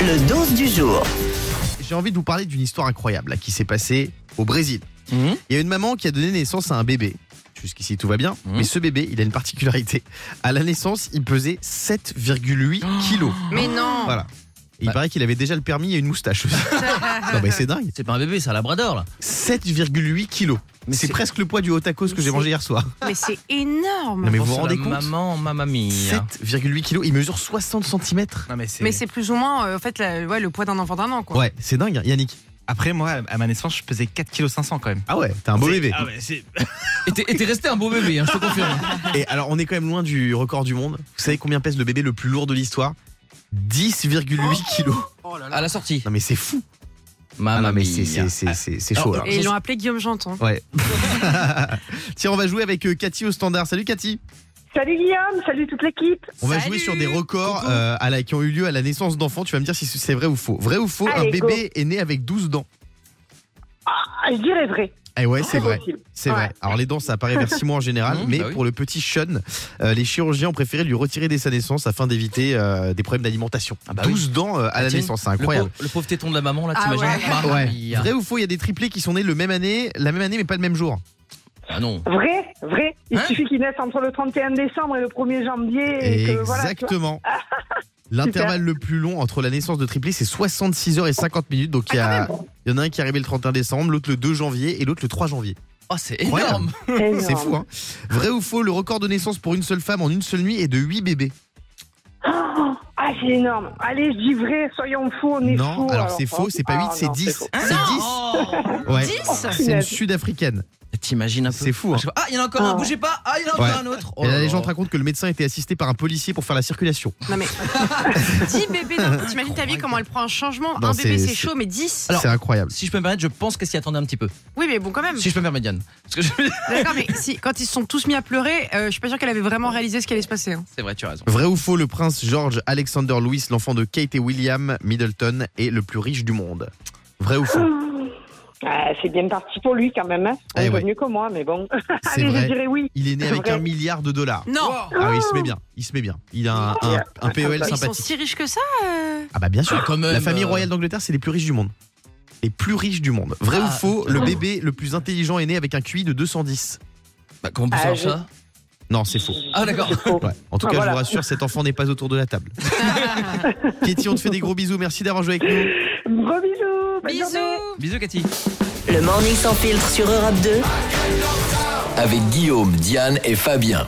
Le 12 du jour. J'ai envie de vous parler d'une histoire incroyable là, qui s'est passée au Brésil. Mhm. Il y a une maman qui a donné naissance à un bébé. Jusqu'ici tout va bien, Mhm. mais ce bébé, il a une particularité. À la naissance, il pesait 7,8 Oh. kilos. Mais non Voilà. Et il Bah. paraît qu'il avait déjà le permis et une moustache aussi. non mais c'est dingue. C'est pas un bébé, c'est un labrador là. 7,8 kilos. Mais c'est c'est- presque le poids du haut tacos que Mais j'ai mangé c'est- hier soir. Mais c'est énorme Non, mais vous Je pense vous à la rendez compte Maman, mamma mia. 7,8 kilos. Il mesure 60 cm. Non, mais Mais c'est plus ou moins euh, en fait, la- ouais, le poids d'un enfant d'un an. Quoi. Ouais, c'est dingue, hein, Yannick. Après, moi, à ma naissance, je pesais 4,5 kg quand même. Ah ouais, t'es un beau C'est- bébé. Ah ouais, c'est- Et t'es- et t'es resté un beau bébé, hein, je te confirme. Et alors, on est quand même loin du record du monde. Vous savez combien pèse le bébé le plus lourd de l'histoire 10,8 kilos. À la sortie. Non mais c'est fou. Ah Mamma non, mais mia. c'est- c'est c'est- c'est- c'est chaud. Alors, là. Et ils l'ont appelé Guillaume Janton. Ouais. Tiens, on va jouer avec euh, Cathy au standard. Salut Cathy. Salut Guillaume, salut toute l'équipe. On va Salut. jouer sur des records Coucou. euh, à la- qui ont eu lieu à la naissance d'enfants. Tu vas me dire si c'est vrai ou faux. Vrai ou faux Un Allez, go. bébé est né avec 12 dents. Ah, je dirais vrai. Eh ouais, c'est vrai. possible. C'est Ouais. vrai. Alors les dents, ça apparaît vers 6 mois en général, Mhm, mais bah oui. pour le petit Sean, euh, les chirurgiens ont préféré lui retirer dès sa naissance afin d'éviter euh, des problèmes d'alimentation. Ah bah oui. 12 dents euh, à la tiens, naissance, c'est Le incroyable. pauvre- Le pauvre téton de la maman là, Ah t'imagines ouais. Mamma Ouais. mia. Vrai ou faux, il y a des triplés qui sont nés le même année, la même année mais pas le même jour. Ah non. Vrai, vrai. Il Hein suffit qu'ils naissent entre le 31 décembre et le 1er janvier. Et que, voilà, tu vois. Exactement. L'intervalle le plus long entre la naissance de triplés, c'est 66 heures et 50 minutes. Donc il y, Ah, a- il y en a un qui est arrivé le 31 décembre, l'autre le 2 janvier et l'autre le 3 janvier. Oh, c'est Incroyable. énorme. C'est Énorme. fou, hein Vrai ou faux, le record de naissance pour une seule femme en une seule nuit est de 8 bébés. Ah, c'est énorme. Allez, je dis vrai, soyons fous, on est hein. non, fous. alors c'est faux, c'est pas 8, Ah, c'est non, 10. faux. Ah, C'est 10 Ouais. 10 C'est une sud-africaine. Oh. T'imagines un peu. C'est fou, hein. Je- Ah, il y en a encore un, Oh. bougez pas. Ah, il y en a encore Ouais. un autre. Oh Et là la là. légende raconte que le médecin était assisté par un policier pour faire la circulation. Non mais 10 bébés d'un coup. T'imagines ta vie comment elle prend un changement Non, Un bébé c'est- c'est- c'est chaud, mais 10 Alors- C'est incroyable. Si je peux me permettre, je pense qu'elle s'y attendait un petit peu. Oui, mais bon, quand même. Si je peux me permettre, Diane. Parce que je- D'accord, mais si, quand ils se sont tous mis à pleurer, euh, je suis pas sûre qu'elle avait vraiment réalisé ce qui allait se passer. hein. C'est vrai, tu as raison. Vrai ou faux, le prince George Alexander Louis, l'enfant de Kate et William Middleton, est le plus riche du monde. Vrai ou faux Ah, c'est bien parti pour lui quand même. Hein. On Eh est ouais. mieux que moi, Ah, mais bon. C'est Allez, je vrai. dirais oui. Il est né C'est avec vrai. un milliard de dollars. Non Ah oui, il se met bien. Il se met bien. Il a un, un- un PEL Mais Ils sont sympathique. si riches que ça euh Ah bah bien sûr. Quand même, La famille euh, royale d'Angleterre, c'est les plus riches du monde. Les plus riches du monde. Vrai Ah, ou faux, le bébé le plus intelligent est né avec un QI de 210. Bah, comment on peut Ah, savoir je- ça Non, c'est faux. Ah, d'accord. C'est faux. Ouais. En tout Ah, cas, je voilà. vous rassure, cet enfant n'est pas autour de la table. Katie, on te fait des gros bisous. Merci d'avoir joué avec nous. Gros bisous. Bonne journée. Bisous Bisous, Cathy. Le morning sans filtre sur Europe 2. avec Guillaume, Diane et Fabien.